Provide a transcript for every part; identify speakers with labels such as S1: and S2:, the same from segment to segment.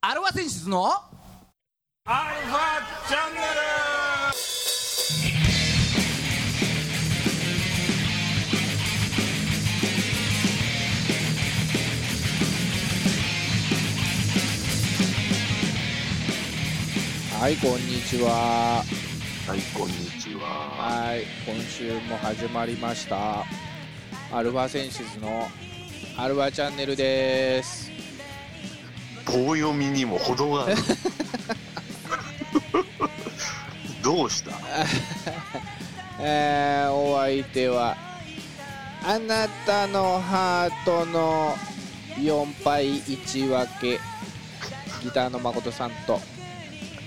S1: アルファ選出の
S2: アルファチャンネル
S3: はい、こんにちは。
S4: はい、こんにちは。
S3: はい、今週も始まりました。アルファセンシズのアルファチャンネルです。
S4: 棒読みにも程がある。どうした
S3: えー、お相手は、あなたのハートの4倍1分け、ギターの誠さんと、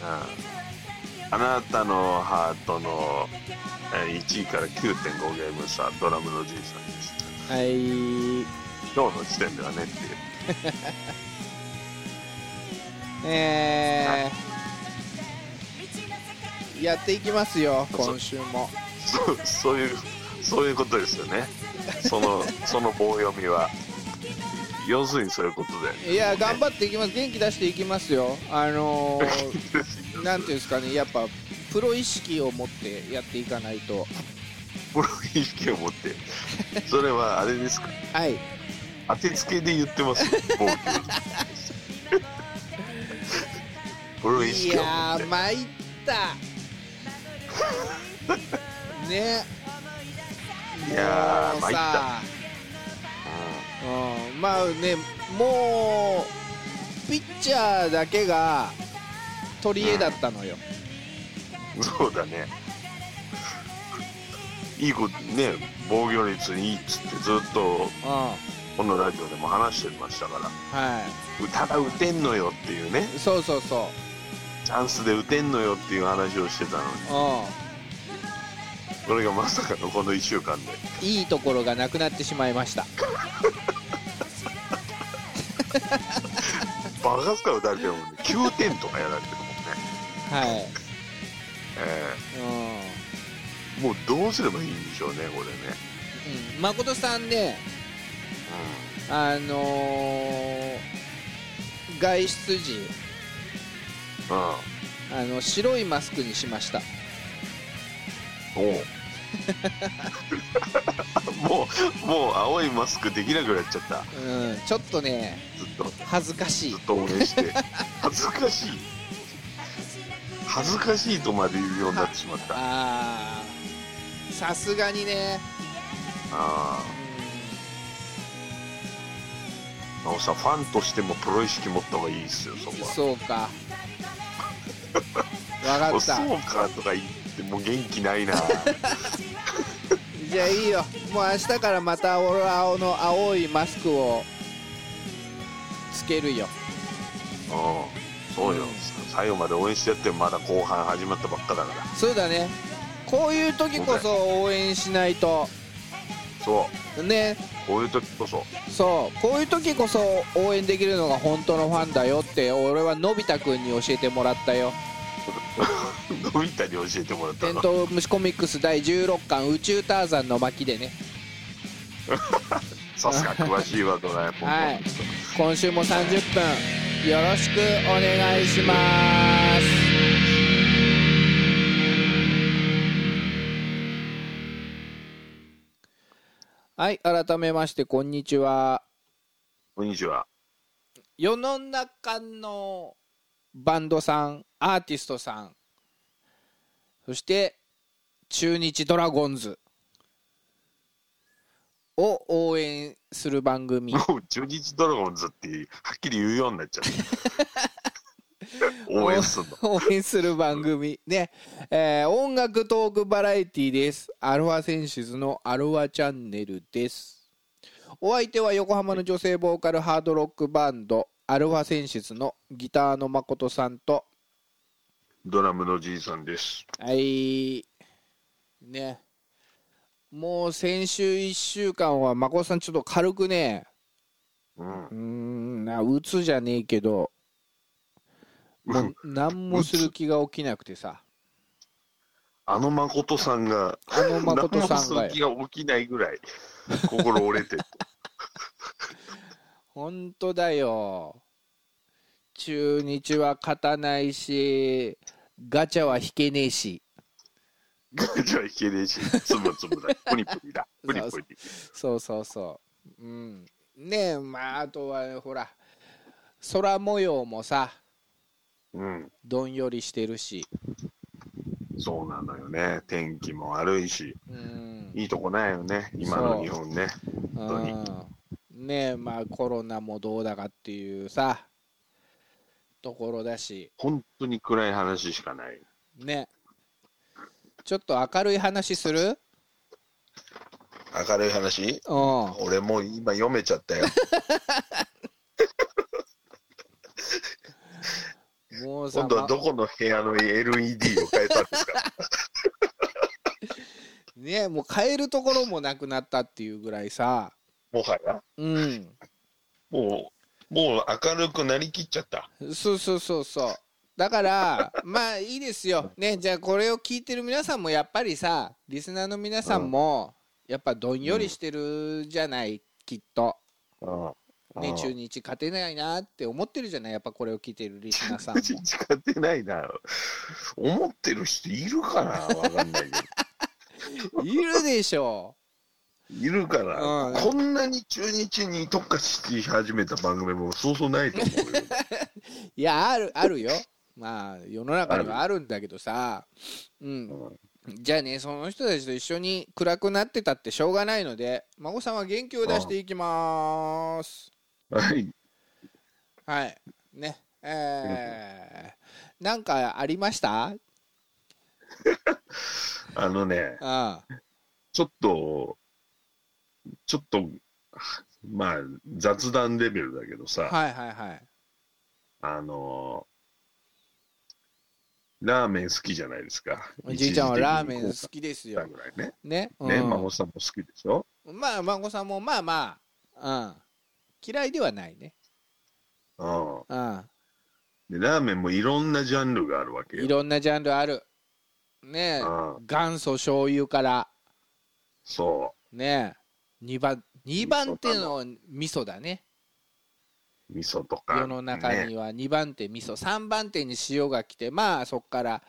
S4: ああなたのハートのえー1位から9.5ゲーム差、ドラムのじいさんです。
S3: はい、
S4: 今日の時点ではねっていう。
S3: えー、やっていきますよ、今週も。
S4: そうそういう、そういうことですよね。その、その棒読みは。要するにそういうことで。
S3: いや、頑張っていきます。元気出していきますよ。あのー、 なんていうんですかねやっぱプロ意識を持ってやっていかないと
S4: プロ意識を持って。それはあれですか
S3: はい
S4: 当てつけで言ってますよ暴挙プロ意
S3: い
S4: 識を持
S3: や
S4: って
S3: ー参った ね
S4: いやー
S3: もう
S4: 参った
S3: さうん、まあねもうピッチャーだけが取り柄だったのよ、
S4: うんそうだねいいことね防御率いいっつってずっと
S3: うんは
S4: このラジオでも話してましたからただ打てんのよっていうね
S3: いそうそうそう
S4: チャンスで打てんのよっていう話をしてたのに
S3: う
S4: それがまさかのこの1週間で
S3: んいいところがなくなってしまいました
S4: バカすか打たれてるもんね9点とかやられてるもんね、
S3: はい、
S4: え
S3: うん
S4: えもうどうすればいいんでしょうねこれね、
S3: うん、誠さんねあのー外出時
S4: うんうん
S3: あの白いマスクにしました
S4: おもうもう青いマスクできなくなっちゃった
S3: うんちょっとね
S4: ずっと
S3: 恥ずかしい
S4: ずっと応援して恥ずかしい恥ずかしいとまで言うようになってしまったあ
S3: あーさすがにね
S4: あなおさんファンとしてもプロ意識持った方がいいですよそ
S3: うん
S4: こ
S3: そうかわ
S4: は
S3: か
S4: お
S3: っ
S4: そ
S3: た
S4: うかとか言ってもう元気な いな
S3: じゃあいいよもう明日からまたオラオの青いマスクをつけるよ
S4: うんそうよ
S3: うん
S4: 最後まで応援してやってもまだ後半始まったばっかだから
S3: そうだねこういう時こそ応援しないと
S4: そう
S3: ね
S4: こういう時こそ
S3: そうこういう時こそ応援できるのが本当のファンだよって俺はのび太くんに教えてもらったよ
S4: のび太に教えてもら
S3: 「
S4: った
S3: テン
S4: の
S3: トウムシコミックス第16巻宇宙ターザンの巻」でね
S4: さすが詳しいわドラえもんも、
S3: はい今週も30分よろしくお願いしますはい改めましてこんにちは
S4: こんにちは
S3: 世の中のバンドさんアーティストさんそして中日ドラゴンズを応援する番組
S4: もう中日ドラゴンズってはっきり言うようになっちゃった 応援すんの
S3: 応援する番組ね、えー音楽トークバラエティですアルファセンシズのアルファチャンネルですお相手は横浜の女性ボーカルハードロックバンドアルファセンシズのギターの誠さんと
S4: ドラムのじいさんです
S3: はい。ね。もう先週1週間は、まこさんちょっと軽くね、
S4: うん
S3: うーん、な、うつじゃねえけど、もう何もする気が起きなくてさ。
S4: あの誠さんが
S3: あの
S4: 何
S3: 誠
S4: も
S3: さん
S4: す
S3: が
S4: る
S3: よ
S4: 気が起きないぐらい心折れて
S3: ほんとだよ。中日は勝たないしガチャは引けねえし
S4: じゃあいけねえし、つぶつぶだ。プニプニだ。プニプニ。
S3: そうそうそううんねえまああとはほら空模様もさ
S4: うん。
S3: どんよりしてるし
S4: そうなのよね。天気も悪いし、
S3: うん
S4: いいとこないよね。今の日本ね。本当に
S3: うんねえまあコロナもどうだかっていうさところだし
S4: 本当に暗い話しかない。
S3: ねちょっと明るい話する
S4: 明るい話
S3: うん
S4: 俺もう今読めちゃっ たよ。
S3: もうさ
S4: 今度はどこの部屋の LED を変えたんで すか
S3: ねもう変えるところもなくなったっていうぐらいさ
S4: もはや。
S3: うん
S4: もう、もう明るくなりきっちゃった。
S3: そうそうそうそうだからまあいいですよねじゃあこれを聞いてる皆さんもやっぱりさリスナーの皆さんもやっぱどんよりしてるじゃない、きっと
S4: うん。
S3: ね
S4: うん
S3: 中日勝てないなって思ってるじゃないやっぱこれを聞いてるリスナー さんも
S4: 使ってないな。思ってる人いるかなわか んないけど。
S3: いるでしょ
S4: いるから、
S3: うん
S4: こんなに中日に特化し始めた番組もそうそうないと思うよ。
S3: いやあるあるよまあ世の中にはあるんだけどさうん じゃあねその人たちと一緒に暗くなってたってしょうがないので孫さんは元気を出していきます
S4: はい。
S3: はいねえー、なんかありました
S4: あのね、
S3: あ
S4: ちょっと、ちょっと、まあ、雑談レベルだけどさ、
S3: あはいはいはい
S4: あのラーメン好きじゃないですか。
S3: おじいちゃんはラーメン好
S4: 一時
S3: きです
S4: 的に
S3: よ
S4: こうだったぐらいね。
S3: ねうん
S4: ね、孫さんも好きでしょ
S3: まあ孫さんもまあまあ、うん、嫌いではないね
S4: う
S3: う
S4: ん。
S3: ん
S4: で、ラーメンもいろんなジャンルがあるわけよ。
S3: いろんなジャンルあるねえ
S4: うん
S3: 元祖醤油から
S4: そ
S3: ねえ2番2番手の味噌だね
S4: う。味噌とか。
S3: 世の中
S4: ね
S3: には2番手味噌3番手に塩が来てまあそこから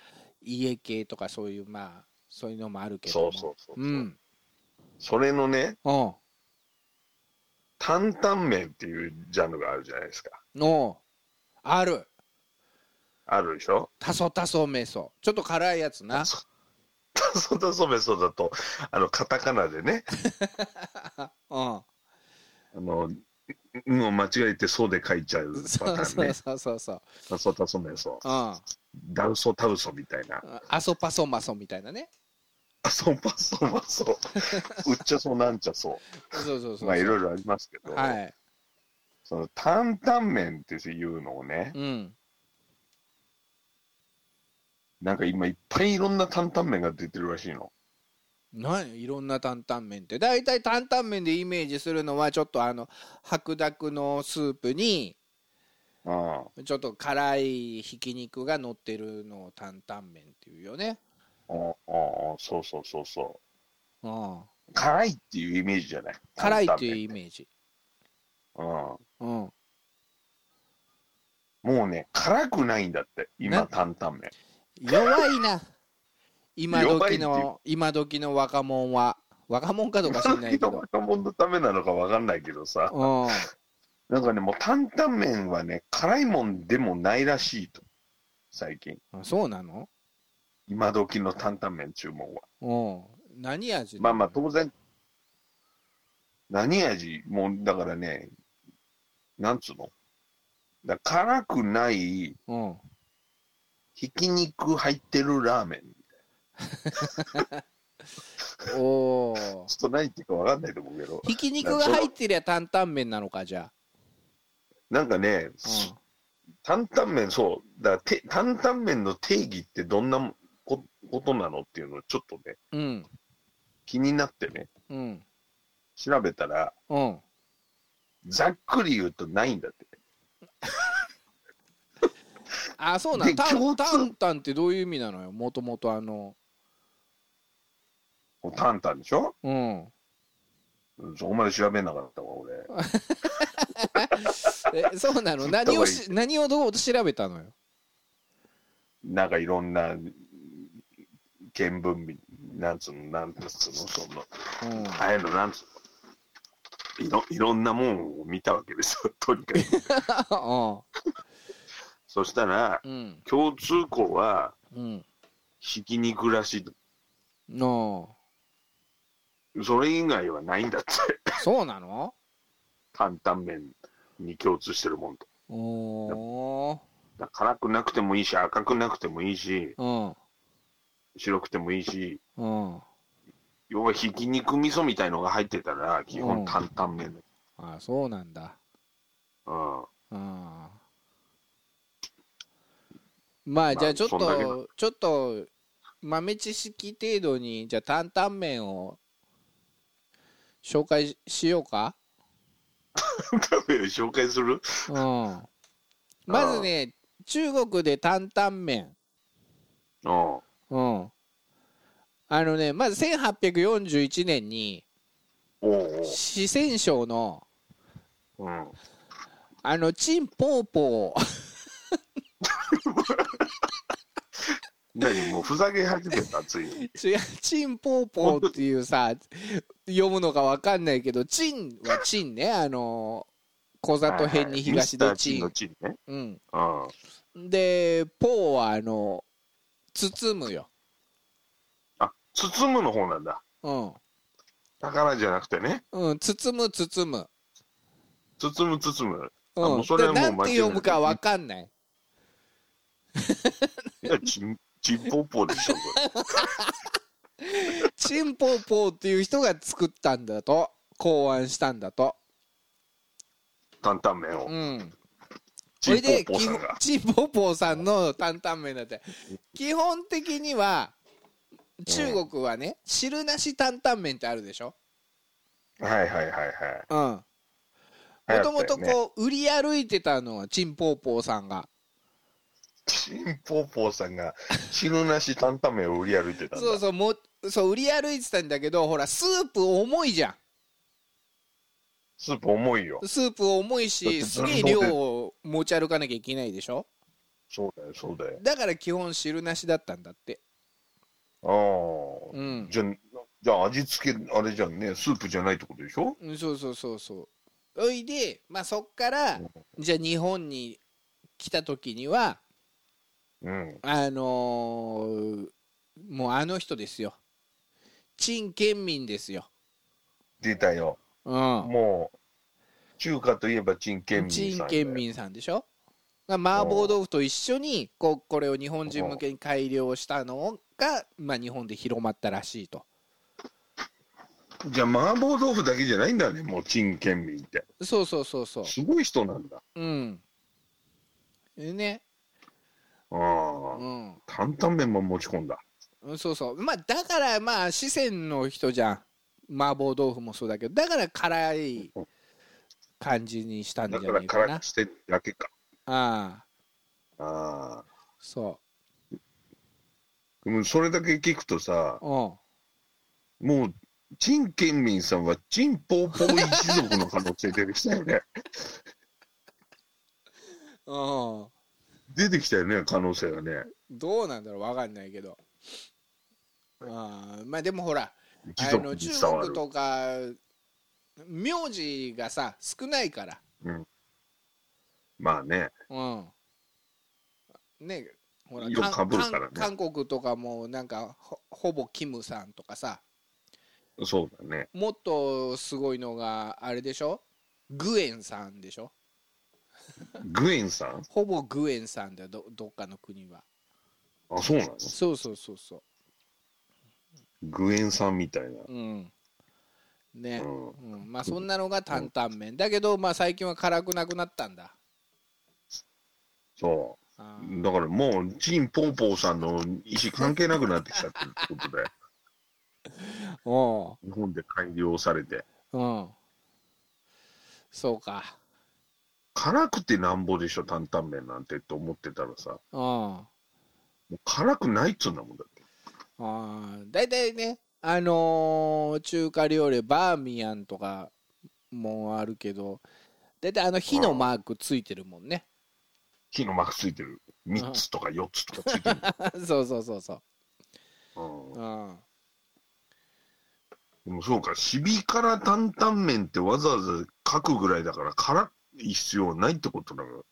S3: 家系とかそういうまあそういうのもあるけど
S4: そ
S3: も
S4: うそうそうそう。
S3: うん
S4: それのね、
S3: お
S4: 担々麺っていうジャンルがあるじゃないですか。
S3: うおうある
S4: あるでしょ
S3: たそたそめそちょっと辛いやつ な
S4: そそだそめそだと、あの、カタカナでね、
S3: うん
S4: あの、うんを間違えてそうで書いちゃうパタ
S3: そう
S4: ーン
S3: そうそ
S4: ね。
S3: うそうそう
S4: たそたそめそ。
S3: うん
S4: ダウソタウソみたいな。
S3: あそぱそまそみたいなね
S4: あ、そばそばそう。 うっちゃそうなんちゃそ
S3: そうそうそう
S4: う。
S3: そう
S4: まあ、いろいろありますけど、
S3: はい
S4: その担々麺っていうのをね、
S3: うん
S4: なんか今いっぱいいろんな担々麺が出てるらしいの。
S3: 何いろんな担々麺って大体担々麺でイメージするのはちょっとあの白濁のスープに
S4: あ
S3: ちょっと辛いひき肉が乗ってるのを担々麺っていうよね
S4: あ、ああ、そうそうそうそ
S3: う
S4: う。
S3: ん
S4: 辛いっていうイメージじゃない
S3: 辛いっていう
S4: う、
S3: イメージ
S4: うん、も
S3: うん
S4: うね辛くないんだって今
S3: ね
S4: 担々麺
S3: 弱いな今
S4: 弱い
S3: 時
S4: っていう
S3: の今時の若者は若者かどうか知んないけ
S4: 今
S3: ど
S4: の若者のためなのか分かんないけどさ
S3: うん
S4: なんかねもう担々麺はね辛いもんでもないらしいと最近
S3: あそうなの
S4: 今時の担々麺注文は
S3: うん何味
S4: まあまあ当然何味もうだからねなんつうのだから辛くない
S3: うん
S4: ひき肉入ってるラーメン
S3: おー
S4: ちょっと何言ってるか分かんないと思うけど
S3: ひき肉が入ってりゃ担々麺なのかじゃ
S4: なんかね、
S3: あ
S4: 担々麺、そう、だからて担々麺の定義ってどんなもこことなのっていうのをちょっとね、
S3: うん
S4: 気になってね、
S3: うんうん
S4: 調べたら、
S3: うん
S4: ざっくり言うとないんだって。
S3: あそうなの
S4: で
S3: タン
S4: 共通
S3: タンタンってどういう意味なのよもともとあの
S4: こう担々でしょ
S3: うん
S4: うんそこまで調べなかったわ、俺。
S3: えそうなの何をし何をどう調べたのよ
S4: なんかいろんな見聞みなんつうのなんつうのその
S3: うん
S4: ああいうのなんつうのいろいろんなもんを見たわけですよとにかくそしたら
S3: うん
S4: 共通項は
S3: うん
S4: ひき肉らしい
S3: の
S4: それ以外はないんだって
S3: そうなの
S4: 担々麺に共通してるもんと
S3: おー
S4: だから辛くなくてもいいし赤くなくてもいいし
S3: うん
S4: 白くてもいいし
S3: うん
S4: 要はひき肉味噌みたいのが入ってたら基
S3: うん
S4: 本担々麺
S3: あそうなんだ
S4: うん
S3: うんまあ
S4: あ
S3: じゃあちょっと、
S4: そんだけの
S3: ちょっと豆知識程度にじゃあ担々麺を紹介ししようか
S4: 食べ紹介する
S3: うんまずね中国で担々麺
S4: うん
S3: うんあのねまず1841年に
S4: おう
S3: 四川省の
S4: おう、うん、
S3: あのチンポーポー
S4: 何もうふざけ始めたついに
S3: 違うチンポーポーっていうさ読むのかわかんないけどチンはチンねあの小里辺に東
S4: はい
S3: で
S4: はいミスターチ
S3: チ
S4: ン
S3: ン
S4: の、チンね
S3: うん、
S4: うん
S3: でポーはあの包むよ、
S4: あ包むの方なんだ
S3: うん
S4: 宝じゃなくてね
S3: うん、包む包む
S4: 包む包む
S3: う
S4: あも
S3: ん
S4: うそれは
S3: で
S4: も
S3: な
S4: うん間違いない
S3: て読むかわかんない
S4: い やちんちんぽっぽでしょそれ
S3: チンポーポーっていう人が作ったんだと考案したんだと
S4: 担々麺
S3: う
S4: を
S3: ん
S4: ち
S3: それ
S4: ん
S3: で
S4: ぽっぽさんが
S3: きチンポーポーさんの担々麺だって基本的には中国はね汁なし担々麺ってあるでしょ
S4: はいはいはい
S3: うんも
S4: はい
S3: ともと
S4: 流行ったよね
S3: こう売り歩いてたのはチンポーポーさんが
S4: ちんぽっぽさんが汁なし担々麺を売り歩いてたんだ
S3: そうそうもそう売り歩いてたんだけどほらスープ重いじゃ
S4: スープ重いよ
S3: んスープ重いし
S4: だって
S3: すげえ量を持ち歩かなきゃいけないでしょ
S4: そうだよそうだよ
S3: だから基本汁なしだったんだって
S4: あ
S3: う
S4: あ、
S3: ん
S4: じゃじゃあ味付けあれじゃんねスープじゃないってことでしょ
S3: うんそうそうそうそうおいで、まあ、そっからじゃあ日本に来た時には
S4: うん
S3: あのーもうあの人ですよ陳建民ですよ
S4: 出たよ
S3: うん
S4: もう中華といえば陳建民さんだ
S3: 陳
S4: よ
S3: 建民さんでしょが麻婆豆腐と一緒にこうこれを日本人向けに改良したのが、まあ、日本で広まったらしいと
S4: じゃあ麻婆豆腐だけじゃないんだねもう陳建民って
S3: そうそうそうそ
S4: すごい人なんだ
S3: ううんね
S4: あ
S3: う
S4: あ
S3: ん
S4: 担々麺も持ち込んだ
S3: うんそうそうまあだからまあ四川の人じゃん麻婆豆腐もそうだけどだから辛い感じにしたんじ
S4: だ
S3: ゃ
S4: か
S3: な
S4: ら
S3: いかな
S4: 辛くしてるだけか
S3: ああ
S4: ああ
S3: そ
S4: でもそれだけ聞くとさ
S3: ううん
S4: もう陳建民さんは陳ポーポー一族の可能性出てきた よね
S3: うん
S4: 出てきたよね可能性がね
S3: どうなんだろうわかんないけどああまあでもほら
S4: 一
S3: あ
S4: 族
S3: の
S4: に
S3: 中
S4: 伝わる
S3: 国とか名字がさ少ないから
S4: まあね
S3: うんねほら
S4: 色
S3: 韓
S4: 被るからね
S3: 韓韓国とかもなんかほほぼキムさんとかさ
S4: そうだね
S3: もっとすごいのがあれでしょグエンさんでしょ
S4: グエンさん
S3: ほぼグエンさんだよどどっかの国は
S4: あそうなの
S3: そうそうそうそ
S4: グエンさんみたいな
S3: ううんね
S4: うん
S3: うん、まあそんなのが担々麺だけどまあ最近は辛くなくなったんだ
S4: そう
S3: あ
S4: だからもう、チンポーポーさんの意思関係なくなってきたってことで、
S3: お
S4: 日本で改良されて。
S3: ううんそうか
S4: 辛くてなんぼでしょ、担々麺なんてって思ってたらさ、
S3: うんあ
S4: もう辛くないっつうんだもんだって。
S3: ーだいたいねあのー中華料理バーミヤンとかもあるけど大体あの火のマークついてるもんね
S4: 火の膜ついてる。3つとか4つとかついてる。
S3: そうそうそうそう
S4: うん
S3: うん
S4: でもそうか、シビ辛担々麺ってわざわざ書くぐらいだから、辛い必要ないってことなの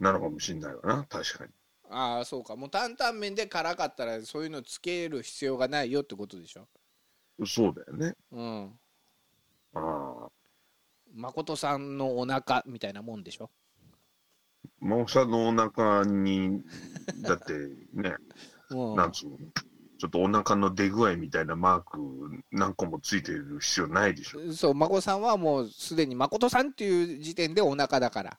S4: なのかもしれないわな、確かに。
S3: ああそうかもう担々麺で辛かったらそういうのつける必要がないよってことでしょ
S4: そうだよね。
S3: うん
S4: ああ。
S3: 誠さんのお腹みたいなもんでしょ
S4: 真央さんのお腹に、だってね、
S3: うん
S4: なんつうの、ちょっとお腹の出具合みたいなマーク何個もついてる必要ないでしょ。
S3: そう孫さんはもうすでに誠さんっていう時点でお腹だから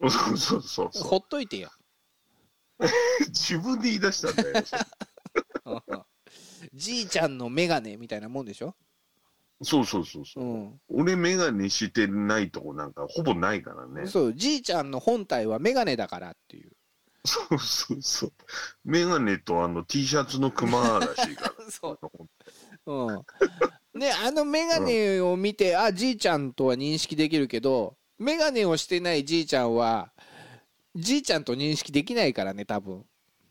S4: そうそうそうそ
S3: ほっといてよ
S4: う。自分で言い出したんだよ。
S3: うんじいちゃんの眼鏡みたいなもんでしょ
S4: そうそうそうそうう。
S3: ん
S4: 俺、メガネしてないとこなんかほぼないからね。
S3: そうじいちゃんの本体は眼鏡だからっていう
S4: そうそうそう。メガネとあの T シャツのクマらしいから。
S3: そううん、ねあの眼鏡を見て、あじいちゃんとは認識できるけど眼鏡をしてないじいちゃんはじいちゃんと認識できないからね多分、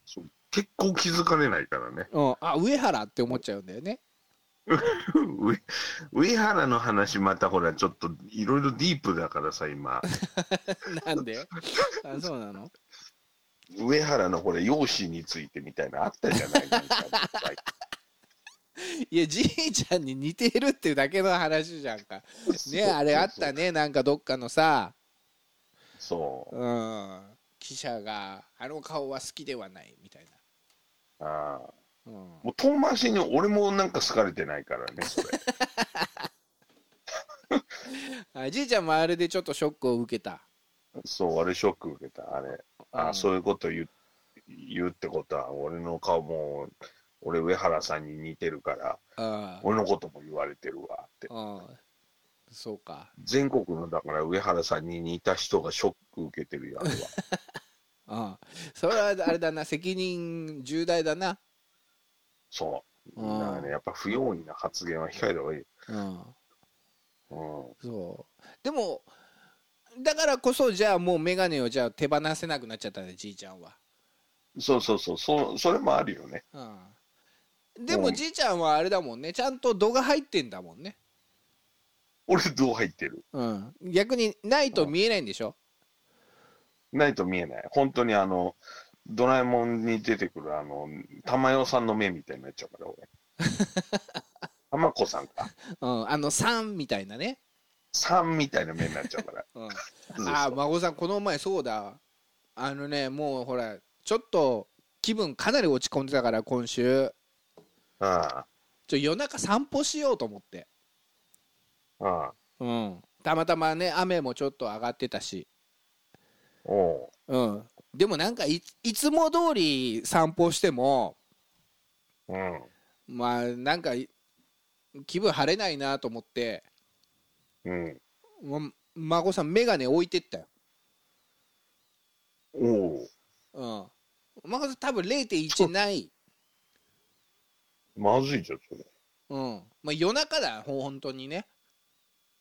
S4: そう結構気づかれないからね。
S3: うん、あ上原って思っちゃうんだよね
S4: 上上原の話またほらちょっといろいろディープだからさ今
S3: なんであそうなの
S4: 上原のほら容姿についてみたいなあったじゃない なんか
S3: いやじいちゃんに似てるっていうだけの話じゃんかねあれあったねなんかどっかのさ、
S4: そう
S3: うん、記者があの顔は好きではないみたい
S4: ああ
S3: な、うん、
S4: もう遠回しに俺もなんか好かれてないからね それ
S3: あじいちゃんもあれでちょっとショックを受けた
S4: そうあれショック受けたあれあ
S3: うん
S4: あそういうこと言う言うってことは俺の顔も俺上原さんに似てるから
S3: うん
S4: 俺のことも言われてるわって
S3: うんそうか。
S4: 全国のだから上原さんに似た人がショック受けてるやん は
S3: うん。それはあれだな、責任重大だな。
S4: そう
S3: うん
S4: だからねやっぱ不用意な発言は控えた方がいい、
S3: うん。
S4: うん、
S3: そう。でも、だからこそ、じゃあもうメガネをじゃあ手放せなくなっちゃったね、じいちゃんは。
S4: そうそうそうそうそれもあるよね
S3: うん。でも
S4: うん
S3: じいちゃんはあれだもんね、ちゃんと度が入ってんだもんね。
S4: 俺どう入ってる
S3: うん。逆にないと見えないんでしょ
S4: ないと見えない本当にあのドラえもんに出てくるあの玉代さんの目みたいになっちゃうか ら俺玉子さんか
S3: うん。あの、3みたいなね。
S4: さんみたいな目になっちゃうから
S3: うん。
S4: そうそう
S3: ああ、 孫さん、この前そうだ。あのね、もうほら、ちょっと気分かなり落ち込んでたから、今週。
S4: あ
S3: ちょ夜中散歩しようと思って、
S4: あああ
S3: うん、たまたまね雨もちょっと上がってたし、
S4: おう
S3: うん、でもなんかいいつも通り散歩しても
S4: うん
S3: まあなんかい気分晴れないなと思って
S4: うん
S3: もう孫さん眼鏡置いてったよ、
S4: おう
S3: うん、孫さん多分0.1ない、
S4: まずいじゃんそれ
S3: うんまあ、夜中だほ本当にね、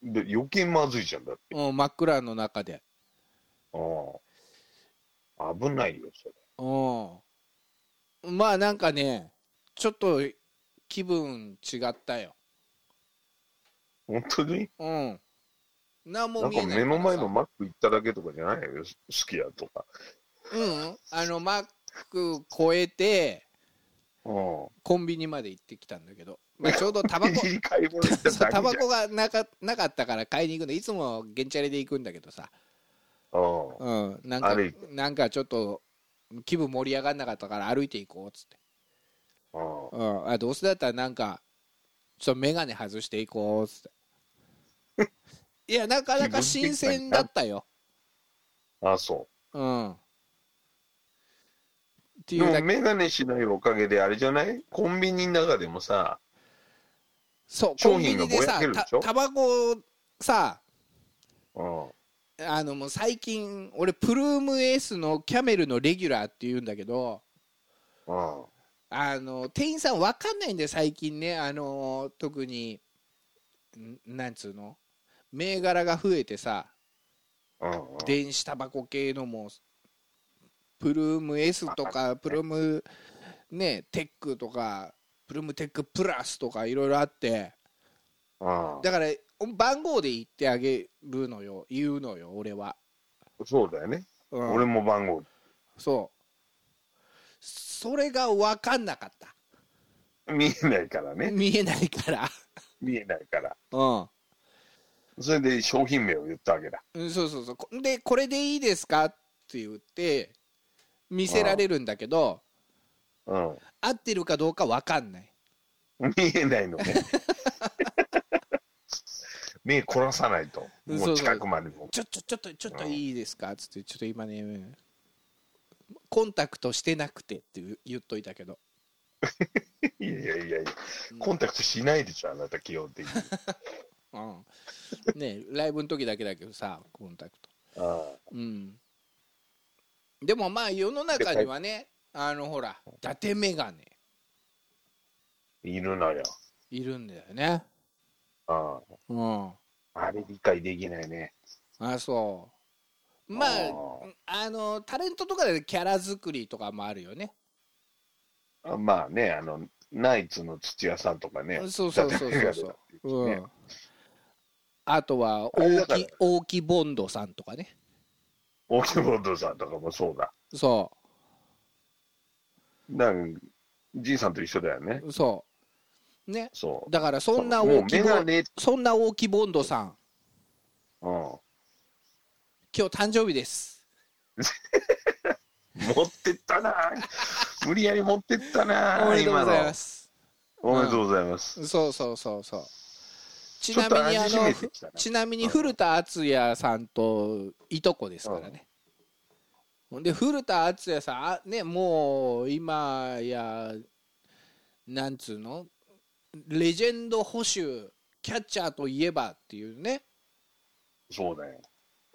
S4: で余計まずいじゃんだって
S3: うん、真っ暗の中で、
S4: ああ危ないよそれ
S3: うん、まあなんかねちょっと気分違ったよ
S4: 本当に
S3: うん。何も
S4: なん
S3: 見え
S4: か
S3: ない
S4: 目の前の
S3: から
S4: マック行っただけとかじゃないよ好きやとか
S3: さうん。あの、マック越えて、
S4: うん、
S3: コンビニまで行ってきたんだけど、まあ、ちょうどタバコ
S4: いい買い物行っただけじ
S3: そ
S4: ゃ
S3: うんタバコがなかなかったから買いに行くんで、いつもゲンチャリで行くんだけどさ、
S4: う
S3: うん。なんか
S4: 歩いて、
S3: なんかちょっと、気分盛り上がんなかったから歩いていこうっつって。
S4: んうん
S3: うん。あ、どうせだったらなんか、ちょっとメガネ外していこうっつ って。いや、なかなか新鮮だったよ。
S4: あそ
S3: うん。って
S4: う
S3: い
S4: で
S3: うだ
S4: も
S3: け
S4: 眼鏡しないおかげであれじゃないコンビニの中でもさ
S3: そう、コ
S4: 商
S3: ンビ
S4: 品が
S3: ニでさ
S4: ぼやけるでしょ
S3: たタバコをさ、
S4: うん
S3: あのもう最近、俺、プルームエースのキャメルのレギュラーって言うんだけど、
S4: うん
S3: あの店員さん、わかんないんだよ、最近ね、あの特に、んなんつうの、銘柄が増えてさ、
S4: うんうん、
S3: 電子タバコ系のもプルーム S とかプルームねテックとかプルームテックプラスとかいろいろあって
S4: うん
S3: だから番号で言ってあげるのよ言うのよ俺は、
S4: そうだよね、
S3: うん、
S4: 俺も番号
S3: そうそれが分かんなかった
S4: 見えないからね
S3: 見えないから
S4: 見えないから
S3: うん
S4: それで商品名を言ったわけだ
S3: うんそうそうそうこでこれでいいですかって言って見せられるんだけど
S4: うん
S3: 合ってるかどうか分かんない
S4: 見えないのね目凝らさないともう近くまでも
S3: ちょちょちょっとちょっといいですかつってちょっと今ねうんコンタクトしてなくてって言う言っといたけど
S4: いやいやいやいやコンタクトしないでしょあなた基本的に
S3: うんねライブの時だけだけどさコンタクト
S4: あ
S3: うんでもまあ世の中にはねあのほら伊達メガネ
S4: あいるのよ
S3: いるんだよね
S4: あ
S3: うん
S4: ああれ理解できないね
S3: あそうまあ
S4: あ
S3: あのタレントとかでキャラ作りとかもあるよね
S4: あまあねあのナイツの土屋さんとかね
S3: そうそうそうそうそう
S4: う
S3: うん
S4: ね、
S3: あとは
S4: あれだ
S3: 大
S4: から
S3: 木大木ボンドさんとかね
S4: 大木ボンドさんとかもそうだ
S3: そ
S4: だからじいさんと一緒だよね
S3: うそうね
S4: そ
S3: だから
S4: う
S3: そんな
S4: もう
S3: 大木
S4: メ
S3: ボ
S4: ガ
S3: ン
S4: ネ
S3: そんな大木ボンドさん
S4: うん持
S3: 今日誕生日です
S4: ってったな無理やり持ってったな
S3: おめでとうございます
S4: 今のおめでとうございます、
S3: そうそうそうそうち
S4: ちょ
S3: な
S4: っ
S3: み
S4: と
S3: にあ
S4: 味し
S3: の
S4: めてきたな
S3: ちなみに古田敦也さんといとこですからね。ほんで古田敦也さんあねもう今やなんつうのレジェンド捕手キャッチャーといえばっていうね、
S4: そうだよ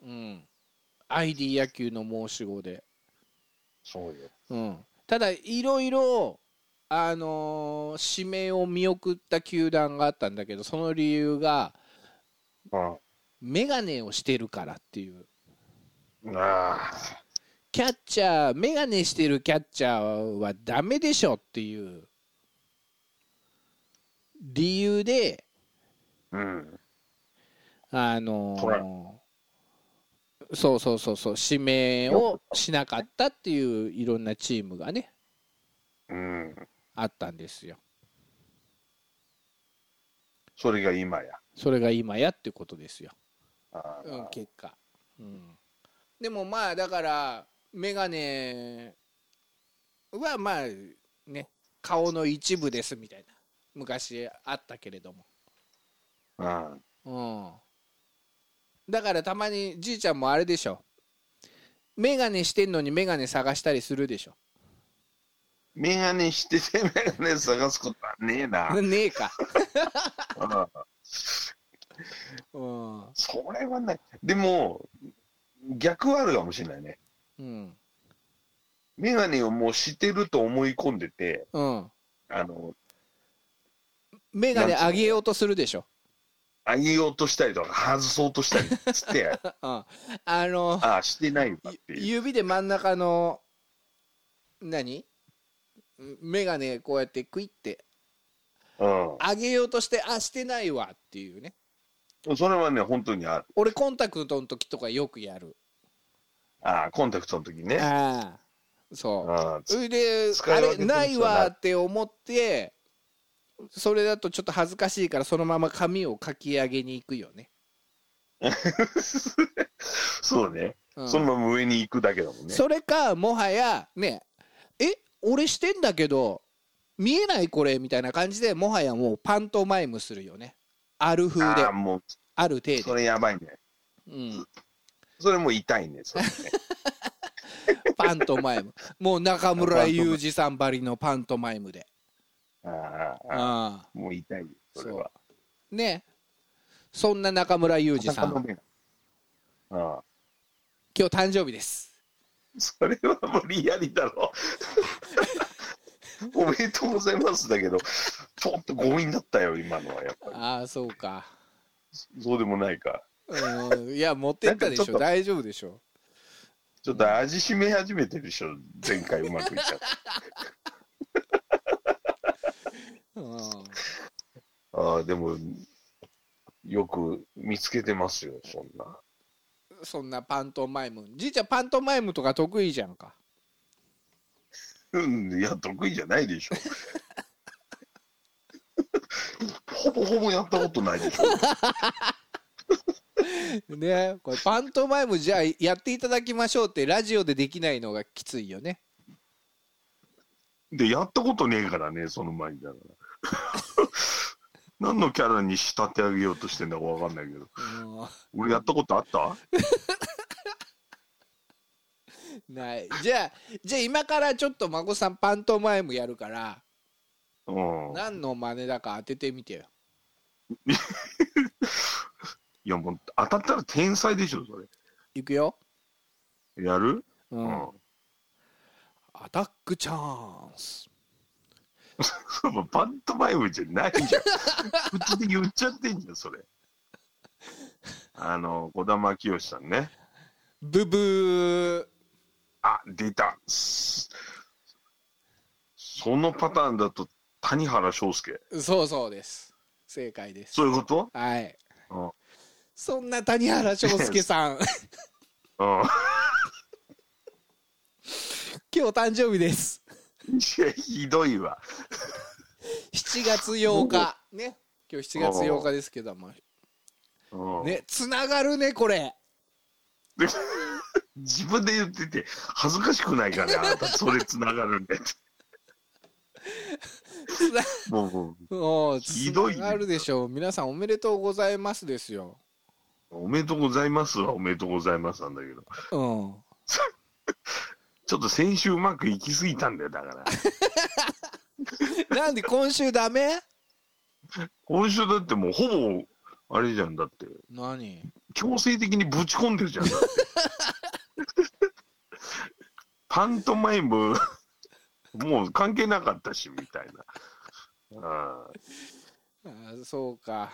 S3: うん、ID 野球の申し子で、
S4: そうよ
S3: うん、ただいろいろあのー指名を見送った球団があったんだけどその理由が
S4: う
S3: 眼鏡をしてるからっていうん
S4: ああ
S3: キャッチャー、メガネしてるキャッチャーはダメでしょっていう理由で、
S4: うん
S3: あのー
S4: トライ
S3: そうそうそうそう、指名をしなかったっていういろんなチームがね、
S4: うん
S3: あったんですよ。
S4: それが今や
S3: それが今やってことですよ、
S4: ああ
S3: うん、結果、うん。でもまあ、だから、メガネはまあ、ね、顔の一部ですみたいな、昔あったけれども。
S4: うん
S3: うんだからたまにじいちゃんもあれでしょメガネしてんのにメガネ探したりするでしょ
S4: メガネしててメガネ探すことはねえな、 うん、
S3: ねえか、うん
S4: それはないでも逆はあるかもしれないね
S3: うん
S4: メガネをもうしてると思い込んでて
S3: うん、
S4: あの
S3: メガネ上げようとするでしょ、
S4: 上げようとしたりとか外そうとしたりっつっ て
S3: うん、あの
S4: ああしてないんだって
S3: ゆ
S4: いう
S3: 指で真ん中の何メガネこうやってクイって
S4: う
S3: 上げようとしてあしてないわっていうね
S4: んそれはね本当にある
S3: 俺コンタクトの時とかよくやる
S4: ああコンタクトの時ね
S3: ああそう
S4: ああ
S3: それで
S4: 使い
S3: あ
S4: 分
S3: れ
S4: けてる
S3: ないわって思ってそれだとちょっと恥ずかしいからそのまま髪をかき上げに行くよね、
S4: そうね
S3: うん
S4: そのまま上に行くだけだもんね。
S3: それかもはやねえ俺してんだけど見えないこれみたいな感じでもはやもうパントマイムするよねある風で
S4: ああ、も
S3: ある程
S4: う、
S3: 度
S4: そ、れやばいね。
S3: うん、
S4: それもう痛いね、それ ね
S3: パントマイムもう中村雄二さんばりのパントマイムで
S4: ああああ、
S3: ああ
S4: もう痛いよ、それは。
S3: ねそんな中村雄二さ
S4: 裸の
S3: ん
S4: 目がああ、
S3: 今日誕生日です
S4: それは無理やりだろ。おめでとうございますだけど、ちょっと強引だったよ、今のはやっぱり。
S3: ああそうか
S4: そうでもないか。
S3: うんいや持ってったで
S4: なんか
S3: し
S4: ち
S3: ょ
S4: ょっと
S3: 大丈夫でしょ
S4: ちょっと味しめ始めてるでしょ前回うまくいっちゃった
S3: うん
S4: ああでもよく見つけてますよそんな
S3: そんなパントマイムじいちゃんパントマイムとか得意じゃんか
S4: うんいや得意じゃないでしょほぼほぼやったことないでしょ
S3: ねこれパントマイムじゃあやっていただきましょうってラジオでできないのがきついよね
S4: でやったことねえからねその前にだから 何のキャラに仕立て上げようとしてんだか分かんないけど
S3: う
S4: 俺やったことあった
S3: んないじゃあじゃあ今からちょっと孫さんパントマイムやるから
S4: うん
S3: 何の真似だか当ててみてよ
S4: いやもう当たったら天才でしょそ
S3: いくよ、
S4: れやる
S3: う
S4: うんん
S3: アタックチャンス
S4: もう パントマイムじゃないじゃん。普通に言っちゃってんじゃん、それ。あの、児玉清さんね。
S3: ブブ
S4: あ、出た。すそのパターンだと、谷原章介。
S3: ーそうそうです正解です
S4: そういうこと
S3: はい
S4: うん
S3: そんな谷原章介さ ん
S4: うん。
S3: 今日誕生日です
S4: いや、ひどいわ。
S3: 7月8日ね今日7月8日ですけども
S4: うん、
S3: ねつながるねこれ
S4: で自分で言ってて、恥ずかしくないからね、あなた、それつながる んで。
S3: つな
S4: もうもう、
S3: もう
S4: ひどい
S3: つながるでしょう皆さんおめでとうございますですよ
S4: おめでとうございますはおめでとうございますなんだけど。
S3: うん
S4: ちょっと先週うまくいきすぎたんだよ、だから。
S3: なんで今週ダメ
S4: 今週だってもうほぼあれじゃんだって
S3: 何
S4: 強制的にぶち込んでるじゃんだって パントマイムもう関係なかったしみたいなあ
S3: あーそうか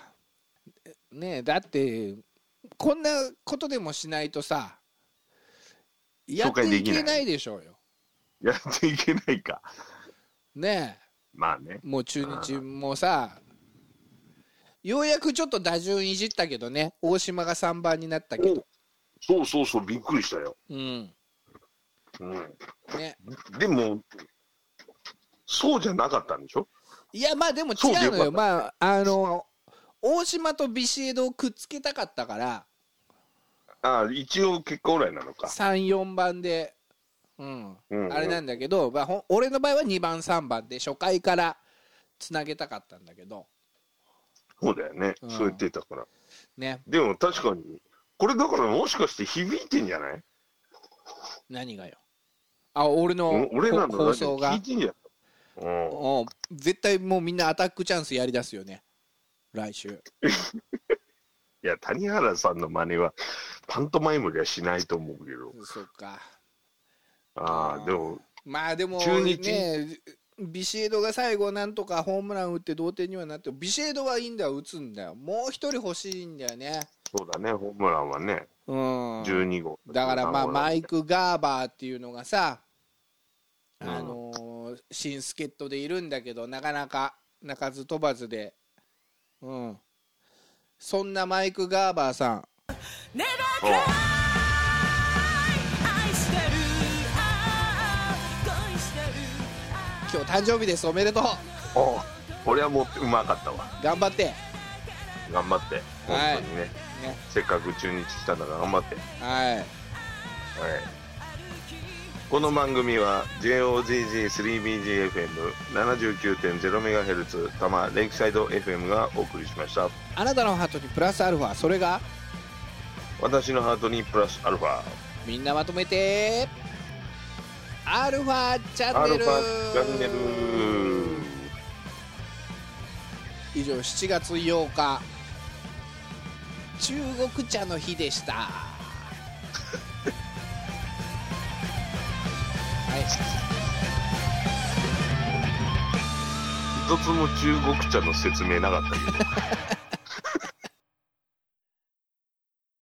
S3: ねえだってこんなことでもしないとさや
S4: 紹
S3: って
S4: 介で
S3: い
S4: きない
S3: けないでしょうよ
S4: ーやっていけないか
S3: ね
S4: まあね
S3: えもう中日もさようやくちょっと打順いじったけどね大島が3番になったけど
S4: そうそうそうびっくりしたよ、
S3: うん
S4: うん、
S3: ね
S4: でもそうじゃなかったんでしょ
S3: いやまあでも違
S4: そうで
S3: う
S4: よ
S3: の
S4: か
S3: よ
S4: った
S3: まああの大島とビシエドをくっつけたかったから
S4: ああ一応結果オーライなのか
S3: 34番で、うん
S4: うん
S3: あれなんだけど、まあ、ほん俺の場合は2番3番で初回からつなげたかったんだけど
S4: そうだよね、
S3: うん
S4: そう言ってたから
S3: ね
S4: でも確かにこれだからもしかして響いてんじゃない
S3: 何がよあ俺の
S4: お俺らの
S3: ほ
S4: ラ
S3: 放
S4: ジオ
S3: 送
S4: 聞
S3: が
S4: いてんじゃん。うん
S3: お絶対もうみんなアタックチャンスやりだすよね来週
S4: いや、谷原さんの真似は、パントマイムではしないと思うけど。
S3: そうか
S4: ああ、でも、
S3: まあでも
S4: 中日
S3: ねビシエドが最後なんとかホームラン打って同点にはなってビシエドはいいんだよ打つんだよもう一人欲しいんだよね
S4: そうだね、ホームランはね、
S3: うん
S4: 12号。
S3: だからまあ
S4: ホームラン
S3: マイク・ガーバーっていうのがさ、
S4: うん
S3: あのー新助っ人でいるんだけどなかなか鳴かず飛ばずで、うん、そんなマイク・ガーバーさん
S1: ネバーク
S4: うん
S1: ライ愛してるああ恋してるあ
S3: 今日誕生日ですおめでとう
S4: おうこれはもう、うまかったわ。
S3: 頑張って、ね
S4: 頑張って。本
S3: はい
S4: 当にね。せっかく中日来たんだから頑張って。はい。
S3: はい、
S4: この番組は JOZZ3BGFM79.0MHz 多摩レイクサイド FM がお送りしました
S3: あなたのハートにプラスアルファそれが
S4: 私のハートにプラスアルファ
S3: みんなまとめてアルファチャ
S4: ア
S3: ンネル
S4: ルファチャンネル
S3: 以上7月8日中国茶の日でした はい
S4: 一つも中国茶の説明なかったけど